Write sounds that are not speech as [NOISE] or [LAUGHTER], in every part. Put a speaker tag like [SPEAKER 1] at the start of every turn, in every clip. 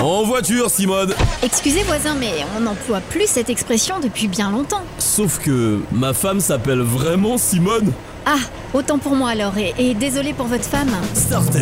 [SPEAKER 1] En voiture, Simone
[SPEAKER 2] Excusez voisin, mais on n'emploie plus cette expression depuis bien longtemps.
[SPEAKER 1] Sauf que ma femme s'appelle vraiment Simone
[SPEAKER 2] Ah, autant pour moi alors, et, et désolé pour votre femme.
[SPEAKER 1] Starter,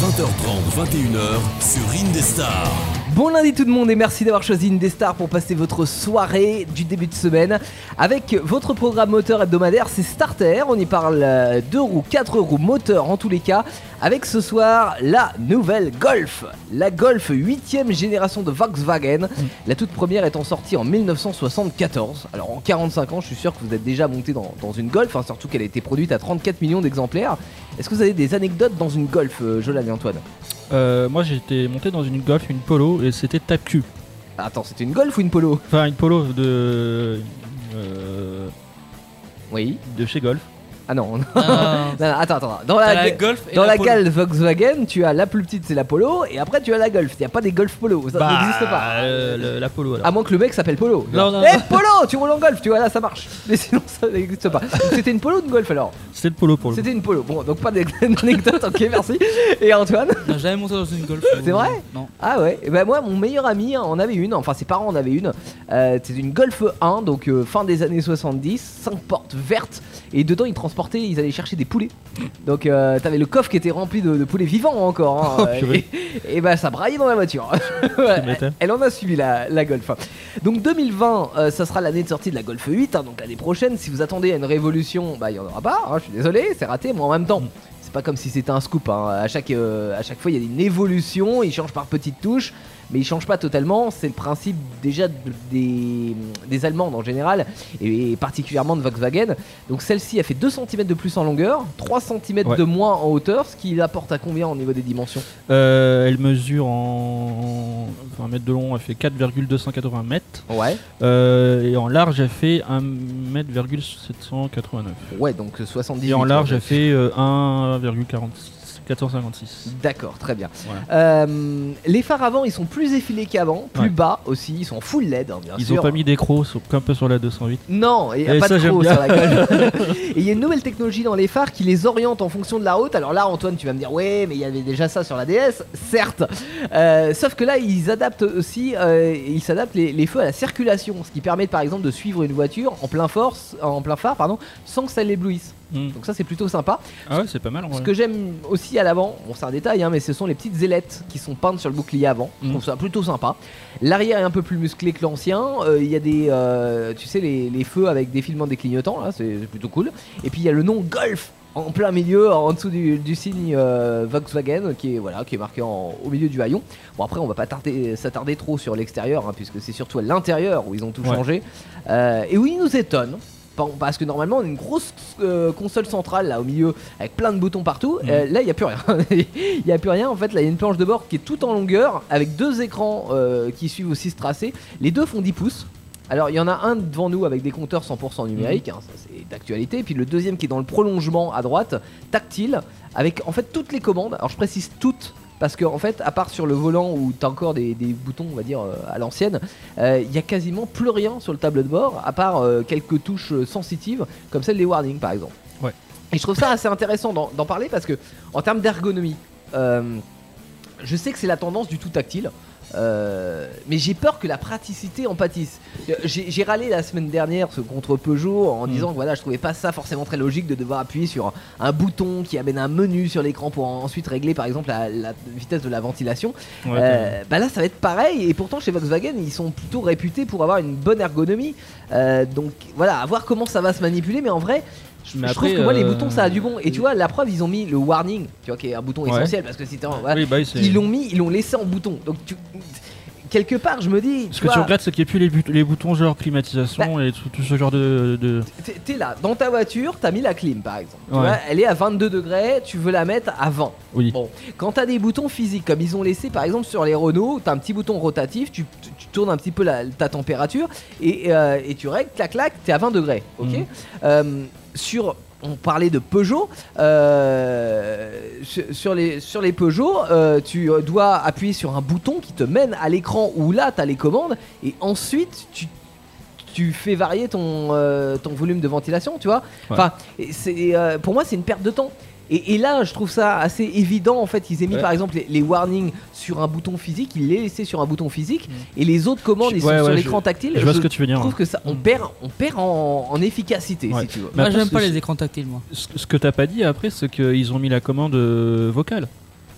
[SPEAKER 1] 20h30, 21h sur Indestar.
[SPEAKER 3] Bon lundi tout le monde et merci d'avoir choisi Indestar pour passer votre soirée du début de semaine avec votre programme moteur hebdomadaire, c'est Starter. On y parle euh, deux roues, quatre roues, moteur en tous les cas. Avec ce soir la nouvelle Golf, la Golf 8ème génération de Volkswagen. La toute première étant sortie en 1974. Alors en 45 ans, je suis sûr que vous êtes déjà monté dans, dans une Golf, hein, surtout qu'elle a été produite à 34 millions d'exemplaires. Est-ce que vous avez des anecdotes dans une Golf, euh, Jolan et Antoine
[SPEAKER 4] Euh, moi j'étais monté dans une Golf, une Polo, et c'était tape cul.
[SPEAKER 3] Attends, c'était une Golf ou une Polo
[SPEAKER 4] Enfin une Polo de. euh,
[SPEAKER 3] Oui.
[SPEAKER 4] de chez Golf.
[SPEAKER 3] Ah non, [LAUGHS] non,
[SPEAKER 5] Ah,
[SPEAKER 3] non, attends, attends. Dans
[SPEAKER 5] t'as
[SPEAKER 3] la,
[SPEAKER 5] la Golf et
[SPEAKER 3] Dans la
[SPEAKER 5] Polo.
[SPEAKER 3] gale Volkswagen, tu as la plus petite, c'est la Polo, et après tu as la Golf. Il n'y a pas des Golf Polo, ça
[SPEAKER 4] Bah,
[SPEAKER 3] n'existe pas.
[SPEAKER 4] euh, le- la Polo alors.
[SPEAKER 3] À moins que le mec s'appelle Polo.
[SPEAKER 4] Non, non,
[SPEAKER 3] Eh,
[SPEAKER 4] non. [LAUGHS]
[SPEAKER 3] Polo, tu roules en Golf, tu vois là, ça marche. Mais sinon, ça n'existe pas. C'était une Polo ou une Golf alors
[SPEAKER 4] C'était le Polo pour le coup.
[SPEAKER 3] Ah. C'était une Polo. Bon, donc pas [LAUGHS] d'anecdote, ok, merci. Et Antoine
[SPEAKER 5] Non, jamais monté dans une Golf. euh,
[SPEAKER 3] C'est vrai
[SPEAKER 5] Non.
[SPEAKER 3] Ah ouais, et ben moi mon meilleur ami hein, en avait une, enfin ses parents en avaient une, Euh, c'est une Golf 1, donc euh, fin des années 70, 5 portes vertes, et dedans ils transportaient, ils allaient chercher des poulets. Donc euh, t'avais le coffre qui était rempli de, de poulets vivants hein, encore, hein,
[SPEAKER 4] [LAUGHS] Oh, purée.
[SPEAKER 3] et, et ben ça braillait dans la voiture. [LAUGHS] Ouais,
[SPEAKER 4] Tu m'étonnes.
[SPEAKER 3] elle en a suivi la, la Golf. hein. Donc 2020, euh, ça sera l'année de sortie de la Golf 8, hein, donc l'année prochaine, si vous attendez à une révolution, bah il n'y en aura pas, hein, je suis désolé, c'est raté, mais en même temps...
[SPEAKER 4] Mm.
[SPEAKER 3] C'est pas comme si c'était un scoop. hein. À, chaque, euh, à chaque fois, il y a une évolution. Ils changent par petites touches, mais ils changent pas totalement. C'est le principe déjà de- des, des Allemands en général, et, particulièrement de Volkswagen. Donc celle-ci a fait 2 cm de plus en longueur, 3 cm
[SPEAKER 4] Ouais.
[SPEAKER 3] de moins en hauteur, ce qui l'apporte à combien au niveau des dimensions
[SPEAKER 4] Euh, elle mesure en. Enfin, un mètre de long, elle fait 4,280 mètres.
[SPEAKER 3] Ouais.
[SPEAKER 4] Euh, et en large, elle fait 1 mètre 789.
[SPEAKER 3] Ouais, donc 70.
[SPEAKER 4] Et en large, elle fait euh, 1,46 456.
[SPEAKER 3] D'accord, très bien.
[SPEAKER 4] Voilà.
[SPEAKER 3] Euh, les phares avant, ils sont plus effilés qu'avant, plus
[SPEAKER 4] Ouais.
[SPEAKER 3] bas aussi. Ils sont full LED, hein, bien
[SPEAKER 4] Ils
[SPEAKER 3] sûr.
[SPEAKER 4] ont pas mis des crocs, sauf qu'un peu sur la 208.
[SPEAKER 3] Non, il n'y a
[SPEAKER 4] Et
[SPEAKER 3] pas
[SPEAKER 4] ça,
[SPEAKER 3] de crocs
[SPEAKER 4] j'aime
[SPEAKER 3] sur la
[SPEAKER 4] [LAUGHS]
[SPEAKER 3] gueule. Et il y a une nouvelle technologie dans les phares qui les oriente en fonction de la route. Alors là, Antoine, tu vas me dire, ouais, mais il y avait déjà ça sur la DS. Certes. Euh, sauf que là, ils adaptent aussi, euh, ils s'adaptent les, les feux à la circulation, ce qui permet par exemple de suivre une voiture en plein force, en plein phare, pardon, sans que ça l'éblouisse.
[SPEAKER 4] Hmm.
[SPEAKER 3] Donc ça, c'est plutôt sympa.
[SPEAKER 4] Ah ouais, c'est pas mal en vrai.
[SPEAKER 3] Ce que j'aime aussi à l'avant, bon c'est un détail, hein, mais ce sont les petites ailettes qui sont peintes sur le bouclier avant. Je
[SPEAKER 4] Mm.
[SPEAKER 3] trouve ça plutôt sympa. L'arrière est un peu plus musclé que l'ancien. Euh, Il y a des, euh, tu sais, les, les feux avec des filaments des clignotants, là, c'est c'est plutôt cool. Et puis il y a le nom Golf en plein milieu, en dessous du, du signe euh, Volkswagen, qui est voilà, qui est marqué en- au milieu du haillon. Bon après, on va pas tarder- s'attarder trop sur l'extérieur, hein, puisque c'est surtout à l'intérieur où ils ont tout
[SPEAKER 4] Ouais.
[SPEAKER 3] changé. Euh, et où ils nous étonnent. Par- Parce que normalement, on a une grosse euh, console centrale là au milieu avec plein de boutons partout.
[SPEAKER 4] Mhm.
[SPEAKER 3] Euh, là, il n'y a plus rien. [LAUGHS] Il n'y a plus rien. En fait, là, il y a une planche de bord qui est tout en longueur avec deux écrans euh, qui suivent aussi ce tracé. Les deux font 10 pouces. Alors, il y en a un devant nous avec des compteurs 100% numériques, hein, ça, c'est d'actualité. Et puis le deuxième qui est dans le prolongement à droite, tactile, avec en fait toutes les commandes. Alors, je précise toutes. Parce que en fait, à part sur le volant où t'as encore des, des boutons, on va dire euh, à l'ancienne, euh, il y a quasiment plus rien sur le tableau de bord, à part euh, quelques touches euh, sensitives comme celle des warnings par exemple.
[SPEAKER 4] Ouais.
[SPEAKER 3] Et je trouve ça assez intéressant d'en d'en parler parce que en termes d'ergonomie, euh, je sais que c'est la tendance du tout tactile. euh, mais j'ai peur que la praticité en pâtisse. Euh, J'ai j'ai râlé la semaine dernière ce contre Peugeot en
[SPEAKER 4] Mhm.
[SPEAKER 3] disant que voilà, je trouvais pas ça forcément très logique de devoir appuyer sur un, un bouton qui amène un menu sur l'écran pour en- ensuite régler par exemple la- la vitesse de la ventilation.
[SPEAKER 4] Ouais,
[SPEAKER 3] Euh, bah là ça va être pareil et pourtant chez Volkswagen ils sont plutôt réputés pour avoir une bonne ergonomie Euh, donc voilà à voir comment ça va se manipuler mais en vrai je,
[SPEAKER 4] Mais
[SPEAKER 3] je
[SPEAKER 4] après,
[SPEAKER 3] trouve que moi les
[SPEAKER 4] euh,
[SPEAKER 3] boutons ça a du bon et tu vois la preuve ils ont mis le warning tu vois qui est un bouton
[SPEAKER 4] Ouais.
[SPEAKER 3] essentiel parce que si t'es en- voilà.
[SPEAKER 4] Oui, bah oui, c'est-
[SPEAKER 3] ils l'ont mis ils l'ont laissé en bouton donc tu- quelque part je me dis
[SPEAKER 4] Ce
[SPEAKER 3] tu
[SPEAKER 4] que tu
[SPEAKER 3] vois,
[SPEAKER 4] regrettes, c'est qu'il n'y ait plus les, but- les boutons genre climatisation
[SPEAKER 3] Bah.
[SPEAKER 4] et tout, tout ce genre de. de-
[SPEAKER 3] t'es- t'es là dans ta voiture t'as mis la clim par exemple Tu
[SPEAKER 4] Ouais.
[SPEAKER 3] vois, elle est à 22 degrés tu veux la mettre à 20
[SPEAKER 4] Oui.
[SPEAKER 3] Bon, quand t'as des boutons physiques, comme ils ont laissé par exemple sur les Renault, t'as un petit bouton rotatif, tu, tu- tu tournes un petit peu la- ta température et, euh, et tu règles, clac, clac, t'es à 20 degrés. Ok
[SPEAKER 4] Mhm.
[SPEAKER 3] Euh, Sur. On parlait de Peugeot. euh, sur, sur les, sur les Peugeot, euh, tu euh, dois appuyer sur un bouton qui te mène à l'écran où là, t'as les commandes et ensuite tu. Tu fais varier ton, euh, ton volume de ventilation, tu vois.
[SPEAKER 4] Ouais.
[SPEAKER 3] Enfin, et c'est, euh, pour moi, c'est une perte de temps. Et, et là, je trouve ça assez évident en fait qu'ils aient mis
[SPEAKER 5] Ouais.
[SPEAKER 3] par exemple les, les warnings sur un bouton physique, ils les laissaient sur un bouton physique et les autres commandes
[SPEAKER 4] Mmh. Je-
[SPEAKER 3] ils
[SPEAKER 4] ouais,
[SPEAKER 3] sont sur
[SPEAKER 4] ouais,
[SPEAKER 3] l'écran tactile.
[SPEAKER 4] Je vois ce que tu veux dire.
[SPEAKER 3] trouve
[SPEAKER 4] hein.
[SPEAKER 3] que ça, on
[SPEAKER 6] Mm.
[SPEAKER 3] perd, on perd en, en efficacité
[SPEAKER 4] Ouais.
[SPEAKER 3] si tu veux.
[SPEAKER 4] Mais
[SPEAKER 6] Moi,
[SPEAKER 4] après,
[SPEAKER 6] j'aime pas
[SPEAKER 4] ce-
[SPEAKER 6] les écrans tactiles, moi.
[SPEAKER 4] Ce ce que t'as pas dit après, c'est qu'ils ont mis la commande euh, vocale.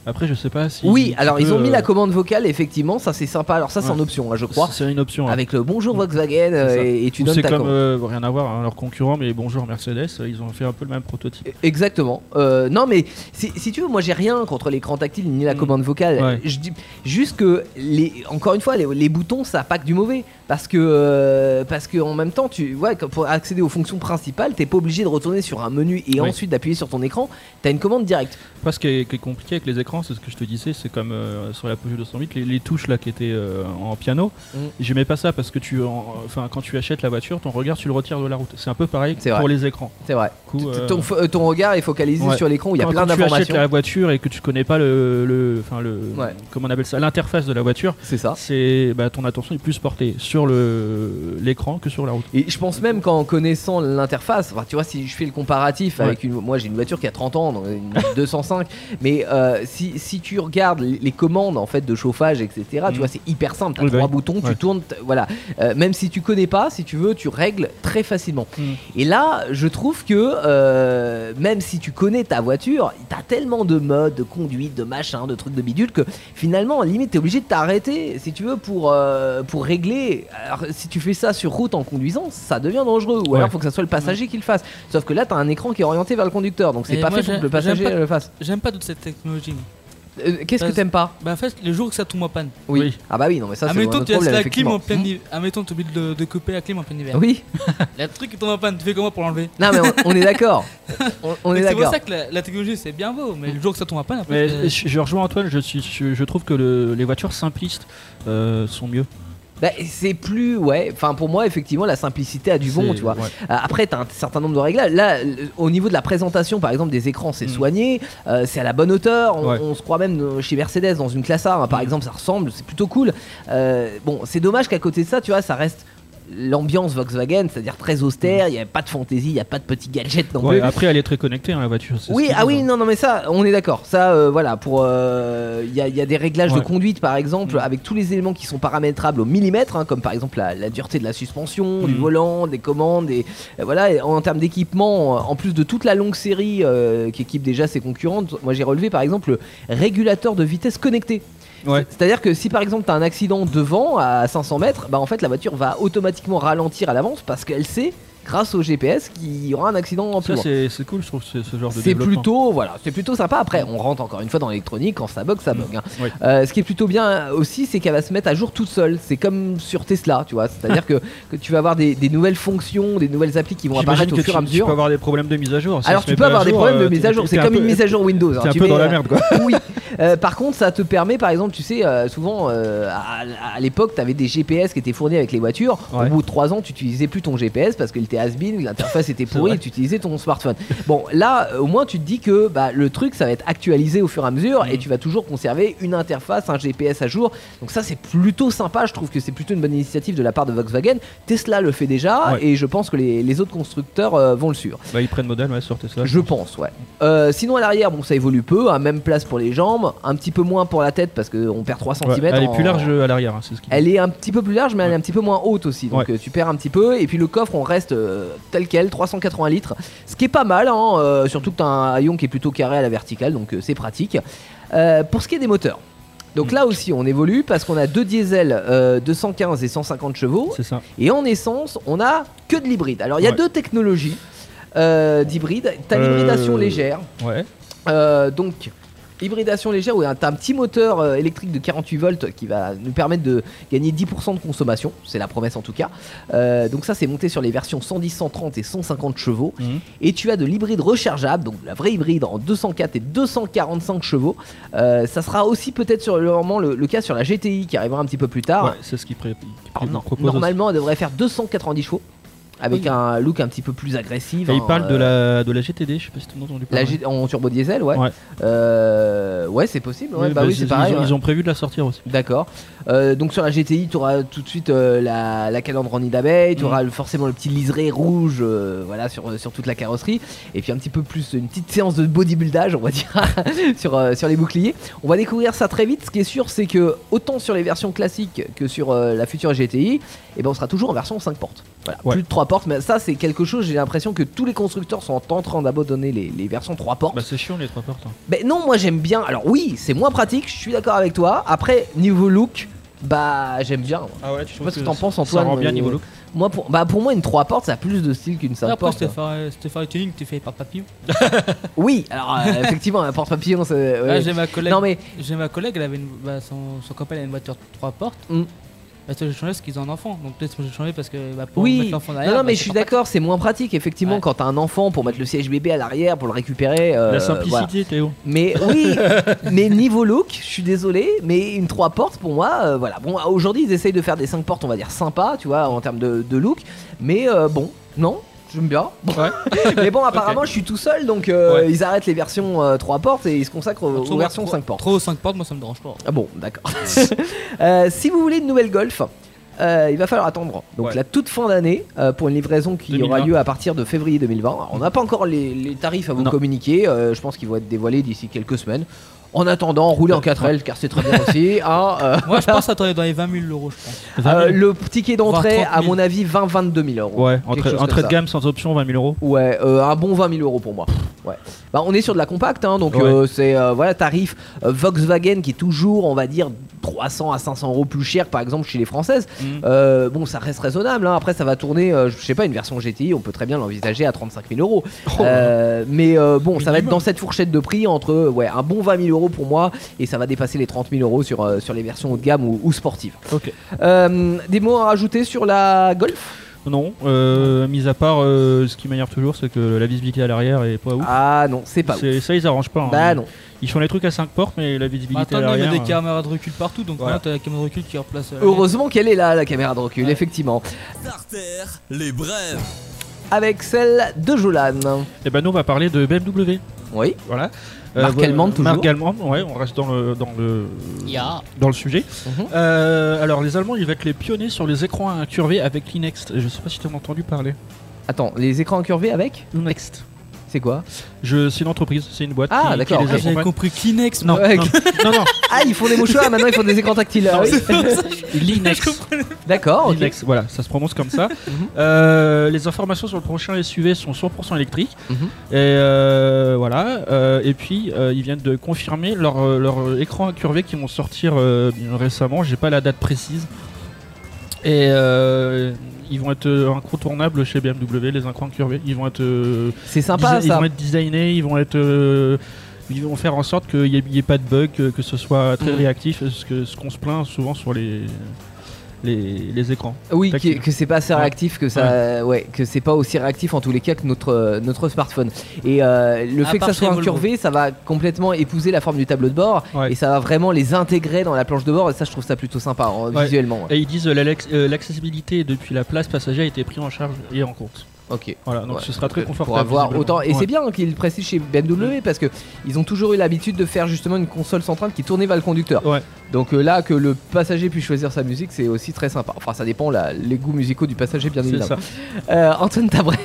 [SPEAKER 4] Après, je sais pas si.
[SPEAKER 3] Oui,
[SPEAKER 4] tu
[SPEAKER 3] alors ils
[SPEAKER 4] peux,
[SPEAKER 3] ont mis
[SPEAKER 4] euh,
[SPEAKER 3] la commande vocale, effectivement, ça c'est sympa. Alors ça c'est
[SPEAKER 4] Ouais.
[SPEAKER 3] en option, hein, je crois.
[SPEAKER 4] C'est une option. hein.
[SPEAKER 3] Avec le bonjour
[SPEAKER 4] Mm.
[SPEAKER 3] Volkswagen euh,
[SPEAKER 4] C'est ça.
[SPEAKER 3] et, et tu
[SPEAKER 4] Ou
[SPEAKER 3] donnes
[SPEAKER 4] c'est
[SPEAKER 3] ta
[SPEAKER 4] comme
[SPEAKER 3] commande.
[SPEAKER 4] euh, rien à voir, hein, leurs concurrents, mais bonjour Mercedes, euh, ils ont fait un peu le même prototype.
[SPEAKER 3] E, Exactement. Euh, non, mais si, si tu veux, moi j'ai rien contre l'écran tactile ni la
[SPEAKER 4] Mm.
[SPEAKER 3] commande vocale.
[SPEAKER 4] Ouais.
[SPEAKER 3] Je dis juste que les, encore une fois, les, les boutons ça pas que du mauvais parce que euh, parce que en même temps, tu ouais, comme pour accéder aux fonctions principales, t'es pas obligé de retourner sur un menu et
[SPEAKER 4] Oui.
[SPEAKER 3] ensuite d'appuyer sur ton écran. T'as une commande directe.
[SPEAKER 4] Après, ce qui est, qui est compliqué avec les écrans, c'est ce que je te disais, c'est comme euh, sur la Peugeot 208, les, les touches là qui étaient euh, en piano.
[SPEAKER 3] Mm.
[SPEAKER 4] J'aimais pas ça parce que tu, en- enfin, quand tu achètes la voiture, ton regard tu le retires de la route. C'est un peu pareil
[SPEAKER 3] C'est
[SPEAKER 4] pour
[SPEAKER 3] vrai.
[SPEAKER 4] les écrans.
[SPEAKER 3] C'est vrai.
[SPEAKER 4] Du coup,
[SPEAKER 3] T-
[SPEAKER 4] euh,
[SPEAKER 3] Ton, fo- euh, ton regard est focalisé
[SPEAKER 4] Ouais.
[SPEAKER 3] sur l'écran où il y a
[SPEAKER 4] quand,
[SPEAKER 3] plein
[SPEAKER 4] quand tu achètes
[SPEAKER 3] d'informations.
[SPEAKER 4] la voiture et que tu connais pas le, le, enfin le,
[SPEAKER 3] Ouais. Ah.
[SPEAKER 4] comment on appelle ça, l'interface de la voiture,
[SPEAKER 3] C'est ça.
[SPEAKER 4] c'est bah, ton attention est plus portée sur le l'écran que sur la route.
[SPEAKER 3] Et je pense même qu'en connaissant l'interface, enfin, tu vois, si je fais le comparatif avec une. Moi, j'ai une voiture qui a 30 ans, donc une [LAUGHS] 205, mais euh, si, si tu regardes les les commandes en fait de chauffage, etc., tu
[SPEAKER 4] Mm.
[SPEAKER 3] vois, c'est hyper simple. Tu
[SPEAKER 4] Oui, bah
[SPEAKER 3] trois
[SPEAKER 4] oui.
[SPEAKER 3] boutons,
[SPEAKER 4] Ouais.
[SPEAKER 3] tu tournes, t- voilà. Euh, même si tu connais pas, si tu veux, tu règles très facilement.
[SPEAKER 4] Mm.
[SPEAKER 3] Et là, je trouve que euh, même si tu connais ta voiture, t'as tellement de modes, de conduite, de machin, de trucs de bidule que finalement, limite, t'es obligé de t'arrêter, si tu veux, pour, euh, pour régler. Alors, si tu fais ça sur route en conduisant, ça devient dangereux. Ou alors,
[SPEAKER 4] Ouais.
[SPEAKER 3] faut que ça soit le passager qui le fasse. Sauf que là, t'as un écran qui est orienté vers le conducteur, donc c'est
[SPEAKER 6] Et
[SPEAKER 3] pas
[SPEAKER 6] moi,
[SPEAKER 3] fait pour
[SPEAKER 6] j'ai-
[SPEAKER 3] que le passager
[SPEAKER 6] j'aime pas-
[SPEAKER 3] le fasse.
[SPEAKER 6] J'aime pas toute cette technologie. moi.
[SPEAKER 3] Euh, Qu'est-ce que
[SPEAKER 6] Parce-
[SPEAKER 3] t'aimes pas
[SPEAKER 6] Bah, en fait, le jour que ça tombe en panne.
[SPEAKER 3] oui.
[SPEAKER 4] Oui.
[SPEAKER 3] Ah bah oui, non, mais ça, c'est un
[SPEAKER 6] admettons,
[SPEAKER 3] autre
[SPEAKER 6] tu laisses
[SPEAKER 3] problème,
[SPEAKER 6] la clim
[SPEAKER 3] effectivement.
[SPEAKER 6] en
[SPEAKER 3] Ah
[SPEAKER 6] plein hiver. Admettons, tu oublies de, de couper la clim en plein hiver.
[SPEAKER 3] Oui,
[SPEAKER 6] Le truc qui tombe en panne, tu fais comment pour l'enlever
[SPEAKER 3] non, mais on, on est
[SPEAKER 6] [LAUGHS]
[SPEAKER 3] d'accord. On, on
[SPEAKER 6] Donc
[SPEAKER 3] est
[SPEAKER 6] C'est pour
[SPEAKER 3] d'accord.
[SPEAKER 6] ça que la, la technologie, c'est bien beau, mais le jour que ça tombe en panne, après.
[SPEAKER 4] Mais
[SPEAKER 6] euh,
[SPEAKER 4] je, je rejoins Antoine, je, suis, je, je trouve que le- les voitures simplistes euh, sont mieux.
[SPEAKER 3] Bah, c'est plus, ouais. Enfin, pour moi, effectivement, la simplicité a du bon,
[SPEAKER 4] C'est-
[SPEAKER 3] tu vois.
[SPEAKER 4] ouais.
[SPEAKER 3] Euh, Après, t'as un certain nombre de réglages. Là, le- au niveau de la présentation, par exemple, des écrans, c'est
[SPEAKER 4] Mm.
[SPEAKER 3] soigné, euh, c'est à la bonne hauteur. On,
[SPEAKER 4] Ouais. Mm.
[SPEAKER 3] on se croit même euh, chez Mercedes dans une classe A, hein, par exemple, ça ressemble, c'est plutôt cool. Euh, bon, c'est dommage qu'à côté de ça, tu vois, ça reste l'ambiance Volkswagen, c'est-à-dire très austère, il n'y a pas de fantaisie, il n'y a pas de petits gadgets non
[SPEAKER 4] Mm. Ouais,
[SPEAKER 3] plus.
[SPEAKER 4] après, elle est très connectée, hein, la voiture. c'est
[SPEAKER 3] Oui,
[SPEAKER 4] ce qui
[SPEAKER 3] ah
[SPEAKER 4] est
[SPEAKER 3] oui,
[SPEAKER 4] bien.
[SPEAKER 3] non, non, mais ça, on est d'accord. Ça, euh, voilà, pour. euh, Il y, a, il y a des réglages de
[SPEAKER 4] Ouais.
[SPEAKER 3] conduite, par exemple,
[SPEAKER 4] Mm.
[SPEAKER 3] avec tous les éléments qui sont paramétrables au millimètre, hein, comme par exemple la, la dureté de la suspension, du
[SPEAKER 4] Mm.
[SPEAKER 3] volant, des commandes, et et voilà. et en termes d'équipement, euh, en plus de toute la longue série euh, qui équipe déjà ses concurrentes, moi j'ai relevé par exemple le régulateur de vitesse connecté.
[SPEAKER 4] Ouais.
[SPEAKER 3] C'est-à-dire que si par exemple t'as un accident devant à 500 mètres, bah en fait la voiture va automatiquement ralentir à l'avance parce qu'elle sait, grâce au GPS, qu'il y aura un accident en plus.
[SPEAKER 4] Ça,
[SPEAKER 3] loin.
[SPEAKER 4] c'est c'est cool, je trouve, ce, ce genre de
[SPEAKER 3] C'est
[SPEAKER 4] développement.
[SPEAKER 3] plutôt voilà, c'est plutôt sympa. Après, on rentre encore une fois dans l'électronique quand ça bug, ça bug. hein.
[SPEAKER 4] Oui.
[SPEAKER 3] Euh, ce qui est plutôt bien aussi, c'est qu'elle va se mettre à jour toute seule. C'est comme sur Tesla, tu vois.
[SPEAKER 4] [LAUGHS]
[SPEAKER 3] C'est-à-dire que, que tu vas avoir des, des nouvelles fonctions, des nouvelles applis qui vont
[SPEAKER 4] J'imagine
[SPEAKER 3] apparaître au
[SPEAKER 4] que
[SPEAKER 3] fur et
[SPEAKER 4] tu-
[SPEAKER 3] à
[SPEAKER 4] Tu peux
[SPEAKER 3] mesure.
[SPEAKER 4] avoir des problèmes de mise à jour. si
[SPEAKER 3] Alors
[SPEAKER 4] ça
[SPEAKER 3] tu
[SPEAKER 4] se met
[SPEAKER 3] peux
[SPEAKER 4] pas
[SPEAKER 3] avoir des
[SPEAKER 4] jour,
[SPEAKER 3] problèmes de
[SPEAKER 4] euh,
[SPEAKER 3] mise
[SPEAKER 4] t'es-
[SPEAKER 3] à jour.
[SPEAKER 4] t'es
[SPEAKER 3] C'est
[SPEAKER 4] un
[SPEAKER 3] comme
[SPEAKER 4] peu-
[SPEAKER 3] une mise à jour Windows. hein.
[SPEAKER 4] T'es un
[SPEAKER 3] Tu
[SPEAKER 4] peu
[SPEAKER 3] mets,
[SPEAKER 4] dans la
[SPEAKER 3] euh,
[SPEAKER 4] merde, quoi.
[SPEAKER 3] [LAUGHS] oui. Euh, par contre, ça te permet, par exemple, tu sais, euh, souvent euh, à, à l'époque, tu avais des GPS qui étaient fournis avec les voitures.
[SPEAKER 4] Ouais.
[SPEAKER 3] Au bout de 3 ans, tu utilisais plus ton GPS parce qu'il était has-been, l'interface
[SPEAKER 4] [LAUGHS]
[SPEAKER 3] était pourrie,
[SPEAKER 4] vrai.
[SPEAKER 3] et tu utilisais ton smartphone. Bon, là, euh, au moins, tu te dis que bah, le truc, ça va être actualisé au fur et à mesure
[SPEAKER 4] Mm.
[SPEAKER 3] et tu vas toujours conserver une interface, un GPS à jour. Donc, ça, c'est plutôt sympa. Je trouve que c'est plutôt une bonne initiative de la part de Volkswagen. Tesla le fait déjà
[SPEAKER 4] Ouais.
[SPEAKER 3] et je pense que les, les autres constructeurs euh, vont le suivre.
[SPEAKER 4] Bah, ils prennent modèle ouais, sur Tesla.
[SPEAKER 3] Je pense, ouais. Euh, sinon, à l'arrière, bon, ça évolue peu, hein, même place pour les jambes, un petit peu moins pour la tête parce qu'on perd 3 cm.
[SPEAKER 4] Ouais, Elle est plus large à l'arrière, hein, c'est ce qui.
[SPEAKER 3] Elle est un petit peu plus large, mais elle est un petit peu moins haute aussi. Donc
[SPEAKER 4] Ouais.
[SPEAKER 3] euh, tu perds un petit peu. Et puis le coffre, on reste euh, tel quel, 380 litres. Ce qui est pas mal, hein, euh, surtout que t'as un haillon qui est plutôt carré à la verticale, donc euh, c'est pratique. Euh, pour ce qui est des moteurs. Donc
[SPEAKER 4] Mm.
[SPEAKER 3] là aussi, on évolue parce qu'on a deux diesels euh, 215 et 150 chevaux.
[SPEAKER 4] C'est ça.
[SPEAKER 3] Et en essence, on a que de l'hybride. Alors il y a
[SPEAKER 4] Ouais.
[SPEAKER 3] deux technologies euh, d'hybride. T'as
[SPEAKER 4] Euh,
[SPEAKER 3] l'hybridation légère.
[SPEAKER 4] Ouais.
[SPEAKER 3] Euh, donc, hybridation légère, où t'as un petit moteur euh, électrique de 48 volts qui va nous permettre de gagner 10% de consommation, c'est la promesse en tout cas. Euh, donc ça c'est monté sur les versions 110, 130 et 150 chevaux.
[SPEAKER 4] Mhm.
[SPEAKER 3] Et tu as de l'hybride rechargeable, donc la vraie hybride en 204 et 245 chevaux. Euh, ça sera aussi peut-être sur le, moment le, le cas sur la GTI qui arrivera un petit peu plus tard.
[SPEAKER 4] Ouais, c'est ce qu'ils pré- qu'ils
[SPEAKER 3] Alors, non,
[SPEAKER 4] proposent. Oh, aussi.
[SPEAKER 3] normalement elle devrait faire 290 chevaux. avec un look un petit peu plus agressif.
[SPEAKER 4] Et il
[SPEAKER 3] hein,
[SPEAKER 4] parle de
[SPEAKER 3] euh,
[SPEAKER 4] la, de la GTD, je sais pas si tu as entendu
[SPEAKER 3] la
[SPEAKER 4] parler.
[SPEAKER 3] G- en turbo diesel, ouais.
[SPEAKER 4] Ouais.
[SPEAKER 3] Euh, ouais, c'est possible. Ouais,
[SPEAKER 4] Oui,
[SPEAKER 3] bah
[SPEAKER 4] bah,
[SPEAKER 3] oui,
[SPEAKER 4] ils-
[SPEAKER 3] c'est pareil.
[SPEAKER 4] Ils, ont-
[SPEAKER 3] ouais.
[SPEAKER 4] ils ont prévu de la sortir aussi.
[SPEAKER 3] D'accord. Euh, donc sur la GTI, tu auras tout de suite euh, la, la calandre en nid d'abeille, tu auras le- forcément le petit liseré rouge euh, voilà, sur, sur toute la carrosserie, et puis un petit peu plus une petite séance de bodybuildage, on va dire, [LAUGHS] sur, euh, sur les boucliers. On va découvrir ça très vite. Ce qui est sûr, c'est que autant sur les versions classiques que sur euh, la future GTI, eh ben, on sera toujours en version 5 portes. Voilà,
[SPEAKER 4] Ouais.
[SPEAKER 3] Plus de 3 portes, mais ça c'est quelque chose, j'ai l'impression que tous les constructeurs sont en train d'abandonner les, les versions 3 portes.
[SPEAKER 4] Bah, c'est chiant les trois portes. hein.
[SPEAKER 3] Ben non, moi j'aime bien. Alors oui, c'est moins pratique, je suis d'accord avec toi. Après, niveau look, bah j'aime bien. moi.
[SPEAKER 4] Ah ouais, tu
[SPEAKER 3] sais pas ce que t'en penses, Antoine,
[SPEAKER 4] Ça rend bien
[SPEAKER 3] mais-
[SPEAKER 4] niveau look.
[SPEAKER 3] Moi, pour, bah, pour moi, une 3 portes, ça a plus de style qu'une 5
[SPEAKER 6] Après,
[SPEAKER 3] portes.
[SPEAKER 4] hein.
[SPEAKER 6] c'était faire- c'était faire le tuning, t'es fait par papillon.
[SPEAKER 3] Oui, alors
[SPEAKER 6] [LAUGHS]
[SPEAKER 3] euh, effectivement, un porte-papillon, c'est. ouais.
[SPEAKER 6] Ah, j'ai ma collègue.
[SPEAKER 3] non mais,
[SPEAKER 6] J'ai ma collègue, elle avait une, bah, son, son copain il a une voiture trois portes.
[SPEAKER 3] Mm.
[SPEAKER 6] Bah, ça, j'ai changé parce qu'ils ont un enfant. Donc peut-être que j'ai changé parce que bah, pour
[SPEAKER 3] oui.
[SPEAKER 6] mettre l'enfant derrière.
[SPEAKER 3] Non, non,
[SPEAKER 6] bah,
[SPEAKER 3] mais
[SPEAKER 6] c'est
[SPEAKER 3] je suis
[SPEAKER 6] pas-
[SPEAKER 3] d'accord, c'est moins pratique, effectivement,
[SPEAKER 6] Ouais.
[SPEAKER 3] quand t'as un enfant pour mettre le siège bébé à l'arrière, pour le récupérer. euh,
[SPEAKER 4] La
[SPEAKER 3] voilà.
[SPEAKER 4] simplicité, Théo.
[SPEAKER 3] Mais oui, mais niveau look, je suis désolé, mais une 3 portes pour moi, euh, voilà. Bon, aujourd'hui ils essayent de faire des 5 portes, on va dire sympa, tu vois, en termes de, de look, mais euh, bon, non, j'aime bien. [LAUGHS] mais bon, apparemment je suis tout seul, donc euh, ils arrêtent les versions 3 portes et ils se consacrent aux,
[SPEAKER 6] Trop-
[SPEAKER 3] aux versions
[SPEAKER 6] trop-
[SPEAKER 3] 5 portes.
[SPEAKER 6] Trop 5 portes, moi ça me dérange pas.
[SPEAKER 3] Ah bon, d'accord. [LAUGHS] Euh, si vous voulez une nouvelle Golf, euh, il va falloir attendre. Donc
[SPEAKER 4] Ouais.
[SPEAKER 3] la toute fin d'année euh, pour une livraison qui
[SPEAKER 4] 2020.
[SPEAKER 3] aura lieu à partir de février 2020. Alors, on n'a pas encore les, les tarifs à vous
[SPEAKER 4] Non.
[SPEAKER 3] communiquer. euh, je pense qu'ils vont être dévoilés d'ici quelques semaines. En attendant, roulez en 4L car c'est très bien aussi. hein, euh,
[SPEAKER 6] Moi je pense attendez dans les 20 000 euros, je pense.
[SPEAKER 3] euh,
[SPEAKER 4] 20 000.
[SPEAKER 3] le ticket d'entrée,
[SPEAKER 6] Voire 30
[SPEAKER 3] à
[SPEAKER 6] 000.
[SPEAKER 3] mon avis, 20-22 000 euros.
[SPEAKER 4] Ouais,
[SPEAKER 3] quelque chose
[SPEAKER 4] entrée, entrée
[SPEAKER 3] comme
[SPEAKER 4] de gamme sans option, 20 000 euros.
[SPEAKER 3] Ouais, euh, un bon 20 000 euros pour moi. Ouais. Bah, on est sur de la compacte, hein, donc
[SPEAKER 4] Ouais.
[SPEAKER 3] euh, c'est euh, voilà tarif euh, Volkswagen qui est toujours, on va dire, 300 à 500 euros plus cher, par exemple chez les Françaises.
[SPEAKER 4] Mm.
[SPEAKER 6] Mhm.
[SPEAKER 3] Euh, bon, ça reste raisonnable. hein. Après, ça va tourner, euh, je sais pas, une version GTI, on peut très bien l'envisager à 35 000 euros.
[SPEAKER 4] Oh.
[SPEAKER 3] Euh, mais euh, bon, ça va être dans cette fourchette de prix entre euh, ouais un bon 20 000 euros pour moi et ça va dépasser les 30 000 euros sur euh, sur les versions haut de gamme ou, ou sportives.
[SPEAKER 4] Ok.
[SPEAKER 3] Euh, des mots à rajouter sur la Golf
[SPEAKER 4] Non, euh, mis à part euh, ce qui m'énerve toujours, c'est que la visibilité à l'arrière est pas ouf.
[SPEAKER 3] Ah non, c'est pas. ouf.
[SPEAKER 4] C'est- ça, ils arrangent pas. hein.
[SPEAKER 3] Bah non.
[SPEAKER 4] Ils font les trucs à 5 portes, mais la visibilité à
[SPEAKER 6] Maintenant il y a
[SPEAKER 4] l'arrière.
[SPEAKER 6] des
[SPEAKER 4] euh,
[SPEAKER 6] caméras de recul partout, donc
[SPEAKER 4] Voilà.
[SPEAKER 6] maintenant t'as la caméra de recul qui remplace. euh, la mienne.
[SPEAKER 3] Heureusement qu'elle est là, la caméra de recul,
[SPEAKER 6] Ouais.
[SPEAKER 3] effectivement.
[SPEAKER 1] Starter, les brèves.
[SPEAKER 3] Avec celle de Jolan.
[SPEAKER 4] Eh ben nous on va parler de BMW.
[SPEAKER 3] Oui.
[SPEAKER 4] Voilà.
[SPEAKER 3] Marque allemande, toujours.
[SPEAKER 4] Marque allemande, ouais, on reste dans le dans le
[SPEAKER 6] Ya.
[SPEAKER 4] dans le sujet.
[SPEAKER 3] Mhm.
[SPEAKER 4] Euh, alors les Allemands, ils vont être les pionniers sur les écrans incurvés avec l'Inext. Je sais pas si tu as entendu parler.
[SPEAKER 3] Attends, les écrans incurvés avec
[SPEAKER 4] L'Inext.
[SPEAKER 3] C'est quoi
[SPEAKER 4] Je c'est une entreprise, c'est une boîte
[SPEAKER 3] Ah,
[SPEAKER 4] qui, qui
[SPEAKER 3] d'accord,
[SPEAKER 4] les
[SPEAKER 3] ok.
[SPEAKER 6] J'avais
[SPEAKER 4] accompagne.
[SPEAKER 6] compris Kleenex,
[SPEAKER 4] Non,
[SPEAKER 6] [LAUGHS]
[SPEAKER 3] Ouais,
[SPEAKER 4] non, non,
[SPEAKER 3] [LAUGHS]
[SPEAKER 4] non,
[SPEAKER 3] Ah, ils font des
[SPEAKER 4] [LAUGHS]
[SPEAKER 3] mouchoirs, maintenant ils font des écrans tactiles. Ah oui.
[SPEAKER 4] l'Inext.
[SPEAKER 3] D'accord, Oh, ok.
[SPEAKER 4] Inex, voilà, ça se prononce
[SPEAKER 3] [LAUGHS]
[SPEAKER 4] comme ça. Euh, les informations sur le prochain SUV sont 100% électriques.
[SPEAKER 3] Mhm.
[SPEAKER 4] Et euh, voilà. euh, et puis euh, ils viennent de confirmer leur, euh, leur écran incurvé qui vont sortir euh, récemment. J'ai pas la date précise. Et euh, ils vont être euh, incontournables chez BMW les écrans incurvés. Ils vont être euh,
[SPEAKER 3] C'est sympa
[SPEAKER 4] desi- ils
[SPEAKER 3] ça.
[SPEAKER 4] vont être designés, ils vont être euh, ils vont faire en sorte qu'il n'y ait, il y ait pas de bug, que, que ce soit très
[SPEAKER 3] Mhm.
[SPEAKER 4] réactif, ce que ce qu'on se plaint souvent sur les les, les écrans.
[SPEAKER 3] Oui, que,
[SPEAKER 4] tactile.
[SPEAKER 3] que c'est pas assez
[SPEAKER 4] Ouais.
[SPEAKER 3] réactif, que ça, ouais. que c'est pas aussi réactif en tous les cas que notre euh, notre smartphone. Et euh, le
[SPEAKER 6] À
[SPEAKER 3] fait que ça
[SPEAKER 6] part
[SPEAKER 3] soit
[SPEAKER 6] chez Volvo.
[SPEAKER 3] incurvé, ça va complètement épouser la forme du tableau de bord
[SPEAKER 4] Ouais.
[SPEAKER 3] et ça va vraiment les intégrer dans la planche de bord. Et ça, je trouve ça plutôt sympa hein,
[SPEAKER 4] Ouais.
[SPEAKER 3] visuellement. ouais.
[SPEAKER 4] Et ils disent euh, l'alex- euh, l'accessibilité depuis la place passager a été pris en charge et en compte.
[SPEAKER 3] Ok.
[SPEAKER 4] Voilà, donc
[SPEAKER 3] Ouais, Euh,
[SPEAKER 4] ce sera très
[SPEAKER 3] pour
[SPEAKER 4] confortable.
[SPEAKER 3] avoir
[SPEAKER 4] visiblement.
[SPEAKER 3] autant et
[SPEAKER 4] Ouais.
[SPEAKER 3] c'est bien qu'ils précisent chez BMW parce que ils ont toujours eu l'habitude de faire justement une console centrale qui tournait vers le conducteur.
[SPEAKER 4] Ouais.
[SPEAKER 3] Donc euh, là que le passager puisse choisir sa musique, c'est aussi très sympa. Enfin ça dépend la- les goûts musicaux du passager bien
[SPEAKER 4] C'est
[SPEAKER 3] évidemment.
[SPEAKER 4] ça.
[SPEAKER 3] Euh, Antoine ta brève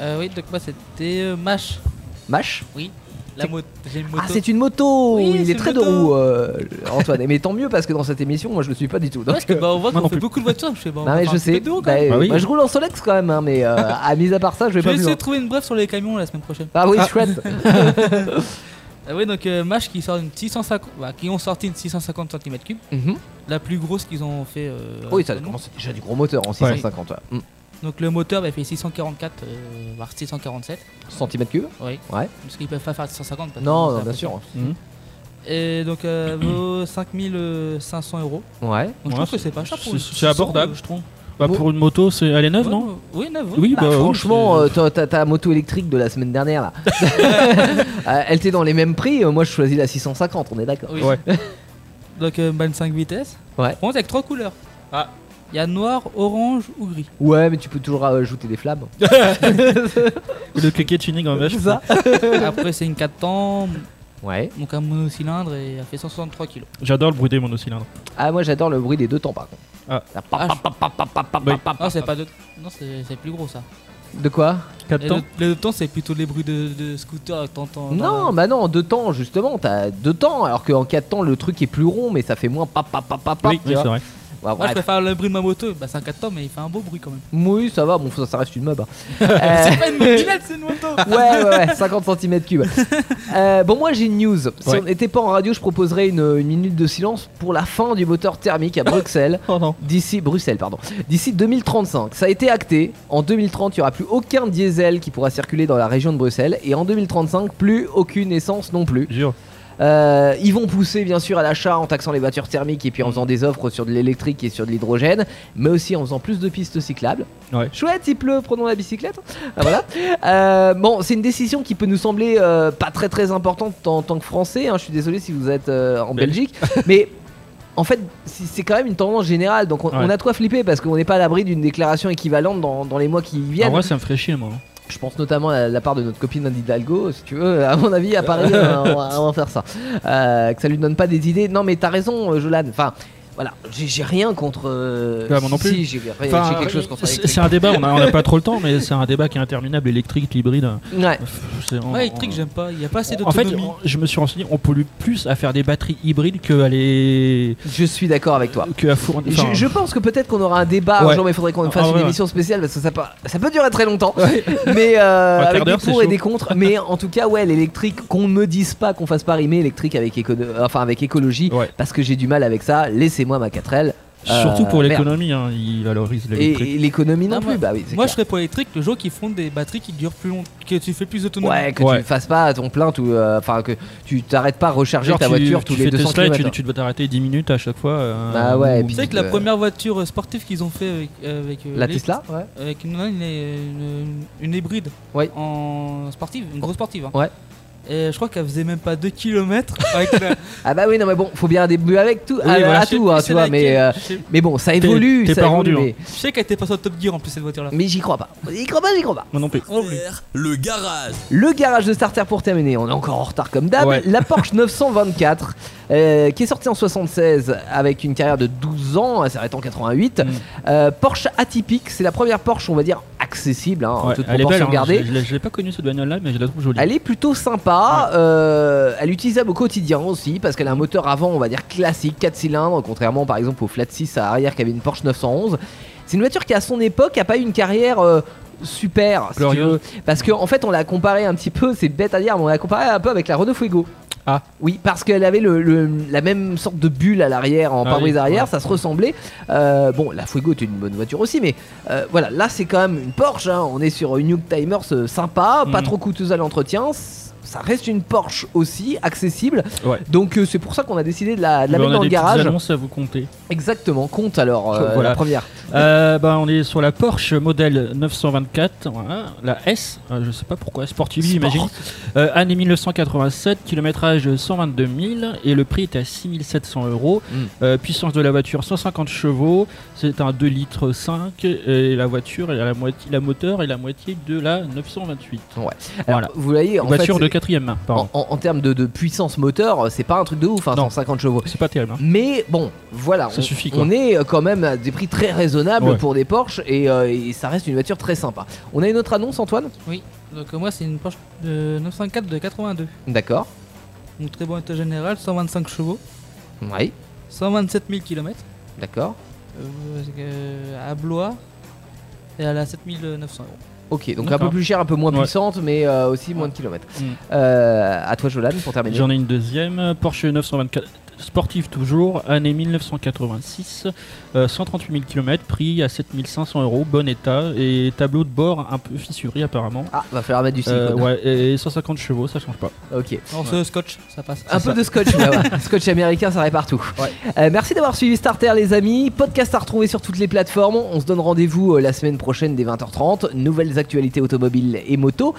[SPEAKER 6] Euh, oui, donc moi c'était euh, MASH.
[SPEAKER 3] Mash
[SPEAKER 6] La moto. J'ai une moto.
[SPEAKER 3] Ah c'est une moto.
[SPEAKER 6] Oui,
[SPEAKER 3] il
[SPEAKER 6] c'est
[SPEAKER 3] est
[SPEAKER 6] une
[SPEAKER 3] très de
[SPEAKER 6] moto.
[SPEAKER 3] roue euh, Antoine. mais tant mieux parce que dans cette émission moi je le suis pas du tout. Donc,
[SPEAKER 6] Parce que bah, on
[SPEAKER 4] Moi
[SPEAKER 6] voit qu'on
[SPEAKER 4] non
[SPEAKER 6] fait
[SPEAKER 4] plus.
[SPEAKER 6] beaucoup de voitures. Je fais bah, on
[SPEAKER 3] non
[SPEAKER 6] va
[SPEAKER 3] mais
[SPEAKER 6] faire
[SPEAKER 3] je
[SPEAKER 6] un petit
[SPEAKER 3] sais.
[SPEAKER 6] peu de roue, quand
[SPEAKER 3] Bah,
[SPEAKER 6] même.
[SPEAKER 4] Bah oui.
[SPEAKER 3] moi, je roule en Solex quand même hein, mais
[SPEAKER 6] [LAUGHS]
[SPEAKER 3] euh, à mise à part ça je vais
[SPEAKER 6] Je
[SPEAKER 3] pas
[SPEAKER 6] vais
[SPEAKER 3] plus
[SPEAKER 6] essayer
[SPEAKER 3] loin.
[SPEAKER 6] de trouver une brève sur les camions la semaine prochaine.
[SPEAKER 3] Ah oui chouette.
[SPEAKER 6] [LAUGHS] Ah oui, donc euh, MASH qui sort une 650, bah, qui ont sorti une 650 cm3,
[SPEAKER 3] Mhm.
[SPEAKER 6] la plus grosse qu'ils ont fait. euh,
[SPEAKER 3] Oui ça
[SPEAKER 6] récemment.
[SPEAKER 3] commence déjà du gros moteur en 650 ouais. Mm.
[SPEAKER 6] Donc le moteur bah, il fait 644 euh, voire 647,
[SPEAKER 3] centimètres cubes.
[SPEAKER 6] oui.
[SPEAKER 3] Ouais.
[SPEAKER 6] Parce qu'ils peuvent pas faire 650. parce que
[SPEAKER 3] Non, non,
[SPEAKER 6] c'est un
[SPEAKER 3] bien
[SPEAKER 6] peu
[SPEAKER 3] sûr.
[SPEAKER 6] cher. Et donc euh, vaut 5500 euh, euros.
[SPEAKER 3] Ouais.
[SPEAKER 6] Donc je
[SPEAKER 4] Ouais,
[SPEAKER 6] trouve que c'est pas cher pour
[SPEAKER 4] c'est-
[SPEAKER 6] une
[SPEAKER 4] c'est
[SPEAKER 6] 600,
[SPEAKER 4] abordable.
[SPEAKER 6] euh, je trouve.
[SPEAKER 4] Bah, pour une moto, c'est elle est neuve,
[SPEAKER 6] Ouais,
[SPEAKER 4] non
[SPEAKER 6] ouais. Oui, neuf. ouais.
[SPEAKER 4] Oui,
[SPEAKER 3] Bah,
[SPEAKER 4] bah, oui,
[SPEAKER 3] franchement,
[SPEAKER 4] c'est-
[SPEAKER 3] euh, t'as- t'as ta moto électrique de la semaine dernière
[SPEAKER 4] [LAUGHS]
[SPEAKER 3] là. Euh, Elle était dans les mêmes prix. euh, Moi, je choisis la 650. On est d'accord.
[SPEAKER 6] Ah, Oui.
[SPEAKER 4] Ouais.
[SPEAKER 6] [LAUGHS] Donc euh, bah, une 5 vitesses.
[SPEAKER 3] Ouais.
[SPEAKER 6] Par contre avec trois couleurs.
[SPEAKER 4] Ah.
[SPEAKER 6] Il y a noir, orange ou
[SPEAKER 4] [LAUGHS]
[SPEAKER 6] gris.
[SPEAKER 3] Ouais, mais tu peux toujours euh, ajouter des flammes.
[SPEAKER 4] Le cliquet tuning en vache.
[SPEAKER 3] ça
[SPEAKER 6] Après, c'est une 4 temps,
[SPEAKER 3] Ouais.
[SPEAKER 6] donc un monocylindre et elle fait 163 kg.
[SPEAKER 4] J'adore le bruit des monocylindres.
[SPEAKER 3] Ah, moi j'adore le bruit des deux temps par contre.
[SPEAKER 4] Ah.
[SPEAKER 3] La pa- pa- pa- pa- pa- pa-
[SPEAKER 4] Oui.
[SPEAKER 3] pa- pa-
[SPEAKER 6] Non, Ah, c'est pas de. Non, c'est c'est plus gros ça.
[SPEAKER 3] De quoi
[SPEAKER 6] Les
[SPEAKER 4] 4 temps
[SPEAKER 6] deux, les deux temps, c'est plutôt les bruits de, de scooter que t'entends. dans la-
[SPEAKER 3] Non, bah non, en deux temps justement, t'as deux temps, alors qu'en quatre temps le truc est plus rond, mais ça fait moins pa pa pa pa pa.
[SPEAKER 4] Oui,
[SPEAKER 3] tu
[SPEAKER 4] oui,
[SPEAKER 3] vois.
[SPEAKER 4] c'est Ah, vrai.
[SPEAKER 3] Ouais,
[SPEAKER 6] Moi, je
[SPEAKER 3] bref.
[SPEAKER 6] préfère le bruit de ma moto. Bah, c'est un 4 temps, mais il fait un beau bruit quand même.
[SPEAKER 3] Oui, ça va, bon, ça, ça reste une
[SPEAKER 4] [LAUGHS]
[SPEAKER 3] meub. hein. Euh,
[SPEAKER 6] C'est pas
[SPEAKER 3] [LAUGHS]
[SPEAKER 6] une mobilette, c'est une moto.
[SPEAKER 3] ouais, ouais, ouais, 50 cm3. Euh, bon, moi j'ai une news. Si
[SPEAKER 4] Ouais.
[SPEAKER 3] on n'était pas en radio, je proposerais une, une minute de silence pour la fin du moteur thermique à Bruxelles.
[SPEAKER 4] Oh non.
[SPEAKER 3] D'ici Bruxelles, pardon. D'ici 2035, ça a été acté. En 2030, il n'y aura plus aucun diesel qui pourra circuler dans la région de Bruxelles. Et en 2035, plus aucune essence non plus.
[SPEAKER 4] Jure.
[SPEAKER 3] Euh, ils vont pousser bien sûr à l'achat en taxant les voitures thermiques et puis en faisant des offres sur de l'électrique et sur de l'hydrogène, mais aussi en faisant plus de pistes cyclables.
[SPEAKER 4] Ouais.
[SPEAKER 3] Chouette, il pleut, prenons la bicyclette. Ah,
[SPEAKER 4] [LAUGHS]
[SPEAKER 3] voilà. Euh, bon, c'est une décision qui peut nous sembler euh, pas très très importante en tant que Français. hein. Je suis désolé si vous êtes euh, en
[SPEAKER 4] Belge. [LAUGHS]
[SPEAKER 3] Belgique, mais en fait, c'est c'est quand même une tendance générale. Donc on,
[SPEAKER 4] Ouais.
[SPEAKER 3] on a de quoi flipper parce qu'on n'est pas à l'abri d'une déclaration équivalente dans, dans les mois qui viennent.
[SPEAKER 4] En vrai, ça me ferait chier, moi.
[SPEAKER 3] Je pense notamment à la part de notre copine Anne Hidalgo, si tu veux. À mon avis, à Paris, euh, on, va, on va faire ça. Euh, que ça lui donne pas des idées. Non, mais t'as raison, euh, Jolan. Enfin, voilà, j'ai j'ai rien contre. euh,
[SPEAKER 4] Ouais, Ah, moi non
[SPEAKER 3] si,
[SPEAKER 4] plus.
[SPEAKER 3] j'ai j'ai
[SPEAKER 4] Enfin,
[SPEAKER 3] quelque chose contre.
[SPEAKER 4] c'est
[SPEAKER 3] l'électrique.
[SPEAKER 4] c'est un débat, on
[SPEAKER 3] [LAUGHS]
[SPEAKER 4] n'a pas trop le temps, mais c'est un débat qui est interminable. Électrique, hybride.
[SPEAKER 3] Ouais.
[SPEAKER 4] pff, c'est- on-
[SPEAKER 6] Ouais, électrique,
[SPEAKER 4] on-
[SPEAKER 6] j'aime pas. Il y a pas assez
[SPEAKER 4] En fait,
[SPEAKER 6] d'autonomie.
[SPEAKER 4] on- je me suis renseigné, on pollue plus à faire des batteries hybrides que à les.
[SPEAKER 3] Je suis d'accord avec toi.
[SPEAKER 4] que à fournir.
[SPEAKER 3] Je,
[SPEAKER 4] enfin,
[SPEAKER 3] je pense que peut-être qu'on aura un débat
[SPEAKER 4] Ouais.
[SPEAKER 3] un jour, mais il faudrait qu'on
[SPEAKER 4] Ah,
[SPEAKER 3] fasse une
[SPEAKER 4] ouais, ouais.
[SPEAKER 3] émission spéciale parce que ça peut, ça peut durer très longtemps. [LAUGHS] Mais euh,
[SPEAKER 4] Un quart
[SPEAKER 3] avec des
[SPEAKER 4] d'heure, c'est
[SPEAKER 3] pour et
[SPEAKER 4] chaud.
[SPEAKER 3] des contre. Mais en tout cas, ouais, l'électrique, qu'on ne me dise pas qu'on fasse pas rimer électrique avec, éco- enfin, avec écologie
[SPEAKER 4] Ouais.
[SPEAKER 3] parce que j'ai du mal avec ça. Laissez-moi ma 4L. Euh,
[SPEAKER 4] Surtout pour
[SPEAKER 3] merde.
[SPEAKER 4] l'économie, hein, il valorise l'électrique.
[SPEAKER 3] Et, et l'économie non
[SPEAKER 6] Ah,
[SPEAKER 3] plus,
[SPEAKER 6] moi-
[SPEAKER 3] bah oui. c'est
[SPEAKER 6] Moi, je
[SPEAKER 3] clair.
[SPEAKER 6] serais pour électrique le jour qu'ils font des batteries qui durent plus longtemps, que tu fais plus d'autonomie.
[SPEAKER 3] Ouais, que tu
[SPEAKER 4] Ouais.
[SPEAKER 3] ne fasses pas à ton plein, tout, euh, enfin que tu t'arrêtes pas à recharger
[SPEAKER 4] Genre,
[SPEAKER 3] ta
[SPEAKER 4] tu-
[SPEAKER 3] voiture
[SPEAKER 4] tu
[SPEAKER 3] tous les
[SPEAKER 4] fais
[SPEAKER 3] 200
[SPEAKER 4] Tesla et tu-
[SPEAKER 3] km.
[SPEAKER 4] Tu dois t'arrêter 10 minutes à chaque fois. euh,
[SPEAKER 3] Bah ouais, et
[SPEAKER 4] ou-
[SPEAKER 3] puis-
[SPEAKER 6] Tu sais que la
[SPEAKER 3] Euh,
[SPEAKER 6] première voiture euh, sportive qu'ils ont fait avec, euh, avec, euh,
[SPEAKER 3] La
[SPEAKER 6] les-
[SPEAKER 3] Tesla ouais.
[SPEAKER 6] avec une, une, une- une hybride
[SPEAKER 3] Ouais.
[SPEAKER 6] en sportive, une grosse sportive. hein.
[SPEAKER 3] Ouais.
[SPEAKER 6] Et je crois qu'elle faisait même pas 2 km [LAUGHS] avec la. Ah,
[SPEAKER 3] Ah bah oui, non mais bon, faut bien un début avec tout, à,
[SPEAKER 4] voilà,
[SPEAKER 3] à
[SPEAKER 6] Je sais
[SPEAKER 3] tout,
[SPEAKER 6] plus
[SPEAKER 3] hein,
[SPEAKER 6] c'est
[SPEAKER 3] tu vois,
[SPEAKER 6] laquelle.
[SPEAKER 3] mais, euh,
[SPEAKER 6] Je sais-
[SPEAKER 3] mais bon, ça
[SPEAKER 4] T'es-
[SPEAKER 3] évolue,
[SPEAKER 4] t'es
[SPEAKER 3] ça
[SPEAKER 4] pas
[SPEAKER 3] évolue,
[SPEAKER 4] rendu, hein.
[SPEAKER 3] mais,
[SPEAKER 6] je sais qu'elle était passée au top gear en plus cette voiture là.
[SPEAKER 3] mais j'y crois pas. J'y crois pas, j'y crois pas.
[SPEAKER 4] Moi non plus.
[SPEAKER 1] Oh, Le garage.
[SPEAKER 3] Le garage de starter pour terminer, on est encore en retard comme d'hab.
[SPEAKER 4] Ouais.
[SPEAKER 3] La
[SPEAKER 4] [LAUGHS]
[SPEAKER 3] Porsche 924, euh, qui est sortie en 76 avec une carrière de 12 ans, elle s'arrête en 88.
[SPEAKER 4] Mm.
[SPEAKER 3] Euh, Porsche atypique, c'est la première Porsche, on va dire, accessible, hein, en
[SPEAKER 4] Ouais,
[SPEAKER 3] toute
[SPEAKER 4] elle est
[SPEAKER 3] proportion
[SPEAKER 4] belle, hein,
[SPEAKER 3] gardée.
[SPEAKER 4] je- je l'ai- je l'ai pas connue cette bagnole là, mais je la trouve jolie.
[SPEAKER 3] Elle est plutôt sympa, euh, elle est utilisable au quotidien aussi parce qu'elle a un moteur avant, on va dire classique, 4 cylindres, contrairement par exemple au Flat 6 à arrière qu'avait une Porsche 911. C'est une voiture qui à son époque a pas eu une carrière euh, super, si tu
[SPEAKER 4] Glorieuse.
[SPEAKER 3] veux. parce qu'en en fait on l'a comparée un petit peu, c'est bête à dire, mais on l'a comparée un peu avec la Renault Fuego.
[SPEAKER 4] Ah.
[SPEAKER 3] Oui, parce qu'elle avait le, le- la même sorte de bulle à l'arrière, en
[SPEAKER 4] Ah
[SPEAKER 3] pare-brise
[SPEAKER 4] oui,
[SPEAKER 3] arrière,
[SPEAKER 4] ouais.
[SPEAKER 3] ça se ressemblait. Euh, bon, la Fuego était une bonne voiture aussi, mais euh, voilà, là c'est quand même une Porsche, hein. on est sur une Youngtimer euh, sympa, pas
[SPEAKER 4] Mhm.
[SPEAKER 3] trop coûteuse à l'entretien, c- ça reste une Porsche aussi, accessible,
[SPEAKER 4] Ouais.
[SPEAKER 3] donc euh, c'est pour ça qu'on a décidé de la, de la
[SPEAKER 4] Mais on
[SPEAKER 3] mettre
[SPEAKER 4] a
[SPEAKER 3] dans
[SPEAKER 4] des
[SPEAKER 3] le
[SPEAKER 4] petites
[SPEAKER 3] garage.
[SPEAKER 4] annonces à vous compter.
[SPEAKER 3] Exactement, compte alors euh,
[SPEAKER 4] Voilà.
[SPEAKER 3] la première.
[SPEAKER 4] Euh, bah, on est sur la Porsche modèle 924, voilà, la S, euh, je sais pas pourquoi, Sportive,
[SPEAKER 3] Sport.
[SPEAKER 4] j'imagine. Euh, année 1987, kilométrage 122 000 et le prix est à 6700 euros.
[SPEAKER 3] Mm.
[SPEAKER 4] Euh, puissance de la voiture 150 chevaux, c'est un 2 litres 5 et la voiture, elle a la moitié, la moteur et la moitié de la 928.
[SPEAKER 3] Alors,
[SPEAKER 4] Voilà.
[SPEAKER 3] Vous voyez, en fait,
[SPEAKER 4] voiture de
[SPEAKER 3] c'est- Oh.
[SPEAKER 4] quatrième main,
[SPEAKER 3] en,
[SPEAKER 4] pardon.
[SPEAKER 3] en- en termes de, de puissance moteur, c'est pas un truc de ouf, hein,
[SPEAKER 4] Non.
[SPEAKER 3] 150 chevaux.
[SPEAKER 4] C'est pas terrible. hein.
[SPEAKER 3] Mais bon, voilà,
[SPEAKER 4] Ça
[SPEAKER 3] on,
[SPEAKER 4] suffit, quoi.
[SPEAKER 3] on est euh, quand même à des prix très raisonnables
[SPEAKER 4] Ouais.
[SPEAKER 3] pour des Porsche et, euh, et ça reste une voiture très sympa. On a une autre annonce, Antoine
[SPEAKER 6] Donc, euh, moi, c'est une Porsche de 954 de 82.
[SPEAKER 3] D'accord.
[SPEAKER 6] Donc, très bon état général, 125 chevaux,
[SPEAKER 3] Oui,
[SPEAKER 6] 127 000 km
[SPEAKER 3] d'accord.
[SPEAKER 6] Euh, à Blois et elle est à 7900 euros.
[SPEAKER 3] Ok, donc un
[SPEAKER 4] D'accord.
[SPEAKER 3] peu plus cher, un peu moins
[SPEAKER 4] Ouais.
[SPEAKER 3] puissante, mais euh, aussi moins de kilomètres.
[SPEAKER 4] Mm.
[SPEAKER 3] Euh, à toi, Jolan, pour terminer.
[SPEAKER 4] J'en ai une deuxième, Porsche 924 sportive toujours, année 1986, euh, 138 000 km, prix à 7500 euros, bon état et tableau de bord un peu fissuré apparemment.
[SPEAKER 3] Ah, va falloir mettre du silicone.
[SPEAKER 4] Euh, ouais, et 150 chevaux, ça change pas.
[SPEAKER 3] Ok.
[SPEAKER 6] Non, c'est scotch, ça passe.
[SPEAKER 3] Un peu de scotch, mais
[SPEAKER 4] [LAUGHS]
[SPEAKER 3] ouais. scotch américain, ça répare tout. Euh, merci d'avoir suivi Starter, les amis. Podcast à retrouver sur toutes les plateformes. On se donne rendez-vous euh, la semaine prochaine dès 20h30. Nouvelles actualités automobiles et moto.